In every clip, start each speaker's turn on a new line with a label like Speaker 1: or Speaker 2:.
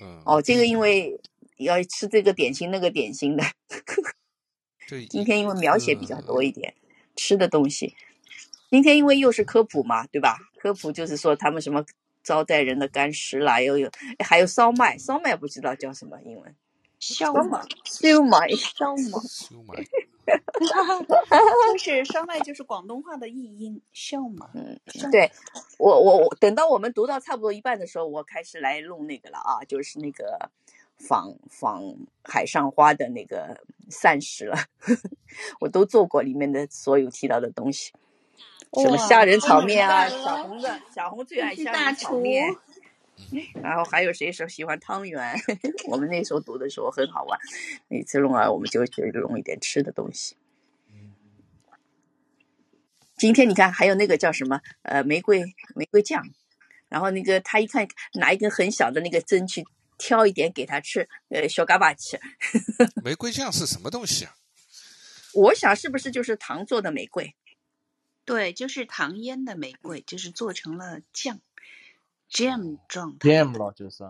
Speaker 1: 嗯，
Speaker 2: 哦，这个因为要吃这个点心那个点心的，
Speaker 1: 这
Speaker 2: 今天因为描写比较多一点，吃的东西。今天因为又是科普嘛，对吧？科普就是说他们什么招待人的干食啦，又有还有烧麦，烧麦不知道叫什么英文，
Speaker 3: 烧
Speaker 2: 烧
Speaker 3: 麦
Speaker 2: 麦，烧麦，
Speaker 3: 烧麦，
Speaker 1: 修买
Speaker 3: 就是烧麦，就是广东话的译音，烧麦。
Speaker 2: 嗯， 对我我我等到我们读到差不多一半的时候，我开始来弄那个了啊，就是那个仿仿海上花的那个膳食了， 我都做过里面的所有提到的东西，什么
Speaker 3: 哇
Speaker 2: 虾仁炒面啊，
Speaker 3: 太棒
Speaker 2: 小
Speaker 3: 了
Speaker 2: 红的小红最爱
Speaker 3: 真是
Speaker 2: 虾
Speaker 3: 大
Speaker 2: 仁炒
Speaker 3: 厨
Speaker 2: 面， 然后还有谁说喜欢汤圆？ 我们那时候读的时候很好玩，每次弄完我们就就弄一点吃的东西。今天你看还有那个叫什么呃玫瑰玫瑰酱，然后那个他一看拿一根很小的那个针去挑一点给他吃，呃小嘎巴吃。
Speaker 1: 玫瑰酱是什么东西啊？
Speaker 2: 我想是不是就是糖做的玫瑰？
Speaker 3: 对，就是糖腌的玫瑰，就是做成了酱，jam 状态。
Speaker 4: jam 了，就是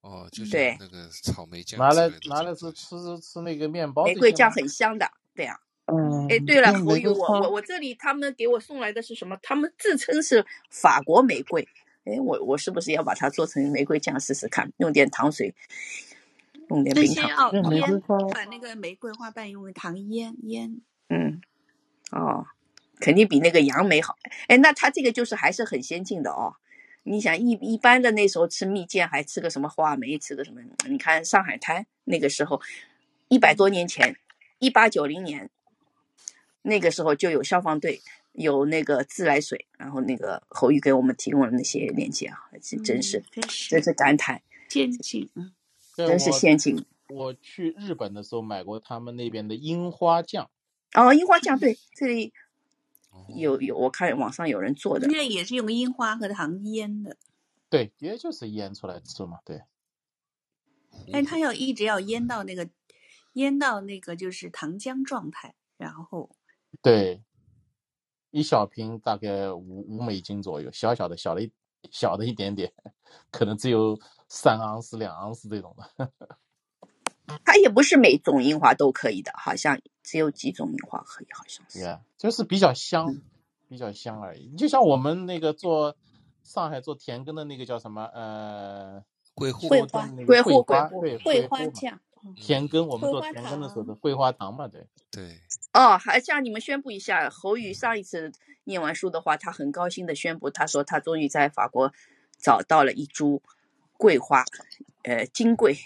Speaker 1: 哦，就像
Speaker 2: 对
Speaker 1: 那个草莓酱
Speaker 4: 拿
Speaker 1: 之
Speaker 4: 来
Speaker 1: 类的
Speaker 4: 拿
Speaker 1: 这
Speaker 4: 来
Speaker 1: 种
Speaker 4: 是
Speaker 1: 东西
Speaker 4: 吃吃那个面包这
Speaker 2: 玫
Speaker 4: 些吗。
Speaker 2: 瑰酱很香的，对呀、
Speaker 4: 嗯，
Speaker 2: 哎，对了，
Speaker 4: 那
Speaker 2: 侯
Speaker 4: 玫
Speaker 2: 宇，
Speaker 4: 瑰
Speaker 2: 我
Speaker 4: 花
Speaker 2: 我我这里他们给我送来的是什么？他们自称是法国玫瑰。哎，我我是不是要把它做成玫瑰酱试试看？用点糖水，弄点
Speaker 3: 那
Speaker 2: 冰
Speaker 3: 些
Speaker 2: 糖。
Speaker 3: 要
Speaker 4: 那玫瑰
Speaker 3: 腌，
Speaker 4: 花
Speaker 3: 把那个玫瑰花瓣用糖腌腌。
Speaker 2: 嗯，哦，肯定比那个杨梅好。哎，那它这个就是还是很先进的哦。你想一一般的那时候吃蜜饯，还吃个什么话梅，吃个什么？你看上海滩那个时候，一百多年前，一八九零年，那个时候就有消防队，有那个自来水，然后那个侯宇给我们提供了那些链接啊，这真是
Speaker 3: 嗯真是
Speaker 2: 真是感慨，
Speaker 3: 先进，嗯，
Speaker 4: 对
Speaker 2: 真是
Speaker 4: 我
Speaker 2: 先进。
Speaker 4: 我去日本的时候买过他们那边的樱花酱，
Speaker 2: 哦，樱花酱对，这里
Speaker 1: 哦
Speaker 2: 有有，我看网上有人做的，
Speaker 3: 那也是用樱花和糖腌的，
Speaker 4: 对，也就是腌出来吃嘛，对，
Speaker 1: 嗯
Speaker 3: 但是它要一直要腌到那个，腌到那个就是糖浆状态，然后
Speaker 4: 对，一小瓶大概五五美金左右，小小的小的一小的一点点，可能只有三盎司、两盎司这种的。
Speaker 2: 它也不是每种樱花都可以的，好像只有几种樱花可以，好像是。
Speaker 4: Yeah，就是比较香，
Speaker 2: 嗯
Speaker 4: 比较香而已。就像我们那个做上海做田根的那个叫什么呃，
Speaker 1: 桂糊
Speaker 3: 桂
Speaker 4: 做
Speaker 3: 花
Speaker 4: 那个
Speaker 2: 桂
Speaker 4: 桂
Speaker 2: 糊桂
Speaker 4: 花，
Speaker 2: 糊
Speaker 4: 对，
Speaker 3: 桂
Speaker 4: 桂
Speaker 3: 花
Speaker 4: 嘛，
Speaker 3: 酱，嗯
Speaker 4: 田根我
Speaker 3: 桂
Speaker 4: 们做
Speaker 3: 花
Speaker 4: 田根的时候
Speaker 3: 糖
Speaker 4: 的桂花糖 嘛，对，
Speaker 1: 对，
Speaker 2: 哦，还向你们宣布一下，侯宇上一次念完书的话，他很高兴的宣布，他说他终于在法国找到了一株桂花，呃，金桂。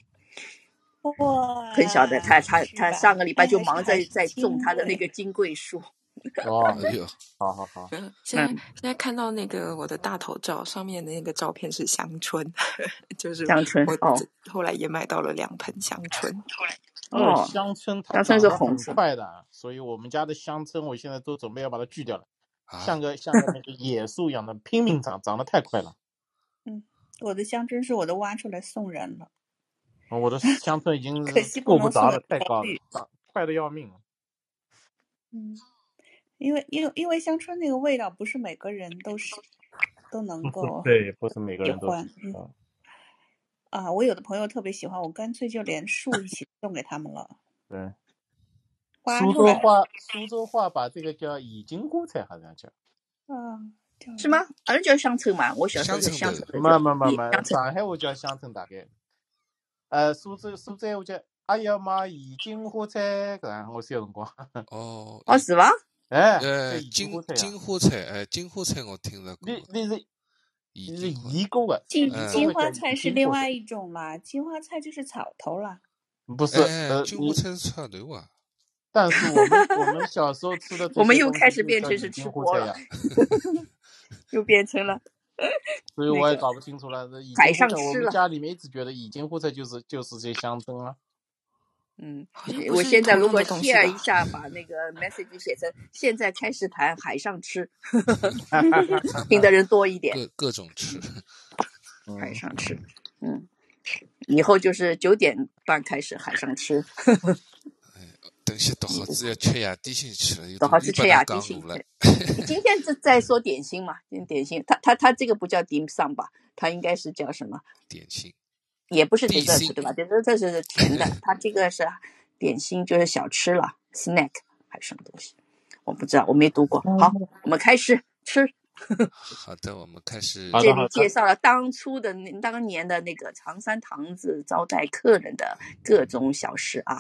Speaker 3: 哇，
Speaker 2: 很小的，他他
Speaker 3: 啊是
Speaker 2: 他
Speaker 3: 吧
Speaker 2: 上个礼拜就
Speaker 3: 哎
Speaker 2: 忙着
Speaker 3: 还是
Speaker 2: 在
Speaker 3: 金
Speaker 2: 种他的那
Speaker 3: 贵
Speaker 2: 个金桂树。
Speaker 4: 哦，
Speaker 1: 哎呦，
Speaker 4: 好好好，
Speaker 5: 嗯， 现在现在看到那个我的大头照上面的那个照片是香椿， 就是
Speaker 2: 香椿
Speaker 5: 我
Speaker 2: 哦
Speaker 5: 这后来也买到了两盆香椿。
Speaker 4: 哦，
Speaker 2: 哦，
Speaker 4: 香椿它
Speaker 2: 香椿
Speaker 4: 长
Speaker 2: 是
Speaker 4: 得
Speaker 2: 红
Speaker 4: 很
Speaker 2: 色
Speaker 4: 快的，啊所以我们家的香椿我现在都准备要把它锯掉了，
Speaker 1: 啊
Speaker 4: 像，个像个那个野树一样的拼命长，长得太快了。
Speaker 3: 我的香椿是我都挖出来送人了，
Speaker 4: 我的香椿已 经
Speaker 3: 可惜
Speaker 4: 是
Speaker 3: 不
Speaker 4: 够不
Speaker 3: 能送
Speaker 4: 着
Speaker 3: 给
Speaker 4: 了，太
Speaker 3: 宝
Speaker 4: 高了
Speaker 3: 玉，
Speaker 4: 长快的要命。
Speaker 3: 嗯，因为因为因为香椿那个味道不是每个人都是都能够
Speaker 4: 对，不是每个
Speaker 3: 喜
Speaker 4: 人都
Speaker 3: 欢，
Speaker 4: 知
Speaker 3: 嗯
Speaker 4: 道。
Speaker 3: 啊，我有的朋友特别喜欢，我干脆就连树一起送给他们了，
Speaker 4: 对，
Speaker 3: 挖
Speaker 4: 苏
Speaker 3: 出
Speaker 4: 州
Speaker 3: 来，
Speaker 4: 话，苏州话把这个叫已经锅菜，好像叫。
Speaker 3: 啊，叫
Speaker 2: 是吗？好像叫香椿嘛，我小时候
Speaker 1: 香
Speaker 2: 是
Speaker 1: 椿
Speaker 2: 香
Speaker 1: 的
Speaker 2: 椿的
Speaker 4: 没没没
Speaker 2: 你
Speaker 4: 没，
Speaker 2: 香椿
Speaker 4: 上海话叫乡村大概。呃，苏州苏州话叫哎呀妈，已经锅菜，搿样我小辰光，
Speaker 1: 哦，
Speaker 2: 哦，是吧？
Speaker 4: 哎，叫
Speaker 1: 呃，
Speaker 4: 已经
Speaker 1: 金
Speaker 4: 锅菜啊呀。
Speaker 1: 金花菜，哎，金花菜我听了过
Speaker 4: 你，你是
Speaker 1: 已
Speaker 4: 你是
Speaker 1: 经花
Speaker 4: 移沟的，
Speaker 3: 金
Speaker 1: 嗯
Speaker 3: 金花菜是另外
Speaker 4: 一
Speaker 3: 一种啦，金花菜就是草头啦，
Speaker 4: 不是
Speaker 1: 哎，
Speaker 4: 呃
Speaker 1: 金
Speaker 4: 你
Speaker 1: 花菜是串流啊，
Speaker 4: 但是我 们我们小时候吃的这些东西，
Speaker 2: 我们又开始变成是吃
Speaker 4: 锅
Speaker 2: 播
Speaker 4: 菜
Speaker 2: 了
Speaker 4: 呀，
Speaker 2: 又变成了
Speaker 4: 所以
Speaker 2: 那
Speaker 4: 我也
Speaker 2: 个
Speaker 4: 搞不清楚了。这已
Speaker 2: 海
Speaker 4: 经
Speaker 2: 上
Speaker 4: 锅菜，我
Speaker 2: 吃
Speaker 4: 们
Speaker 2: 了
Speaker 4: 家里面一直觉得已经锅菜就是就是这香椿啊。”，
Speaker 2: 嗯
Speaker 5: 好像，不
Speaker 2: 我
Speaker 5: 是
Speaker 2: 现在
Speaker 5: 同
Speaker 2: 如
Speaker 5: 样
Speaker 2: 果
Speaker 5: 的东西
Speaker 2: share
Speaker 5: 吧
Speaker 2: 一下，把那个 message 写成“现在开始谈海上 吃听的人多一点。
Speaker 1: 各各种吃，
Speaker 2: 海
Speaker 4: 嗯，
Speaker 2: 上吃，嗯，以后就是九点半开始海上吃，
Speaker 5: 哎
Speaker 1: 等些
Speaker 2: 嗯
Speaker 1: 读好子要吃夜点心去了，有
Speaker 2: 然后
Speaker 1: 种
Speaker 2: 去
Speaker 1: 日
Speaker 2: 吃
Speaker 1: 本人
Speaker 2: 亚迪
Speaker 1: 讲
Speaker 2: 心
Speaker 1: 路了
Speaker 2: 吃。。 今天是在说点心嘛，点心，他他他这个不叫 dim sum 吧，他应该是叫什么？
Speaker 1: 点心，
Speaker 2: 也不是
Speaker 1: 地
Speaker 2: dessert
Speaker 1: 心
Speaker 2: 对吧？dessert 这是甜的，它这个是点心，就是小吃了，snack 还是什么东西，我不知道，我没读过。好，我们开始吃。
Speaker 1: 好的，我们开始。
Speaker 4: 好
Speaker 2: 这
Speaker 4: 的，
Speaker 2: 里
Speaker 4: 好
Speaker 2: 介
Speaker 4: 的，
Speaker 2: 绍了当初的那当年的那个长三堂子招待客人的各种小吃啊。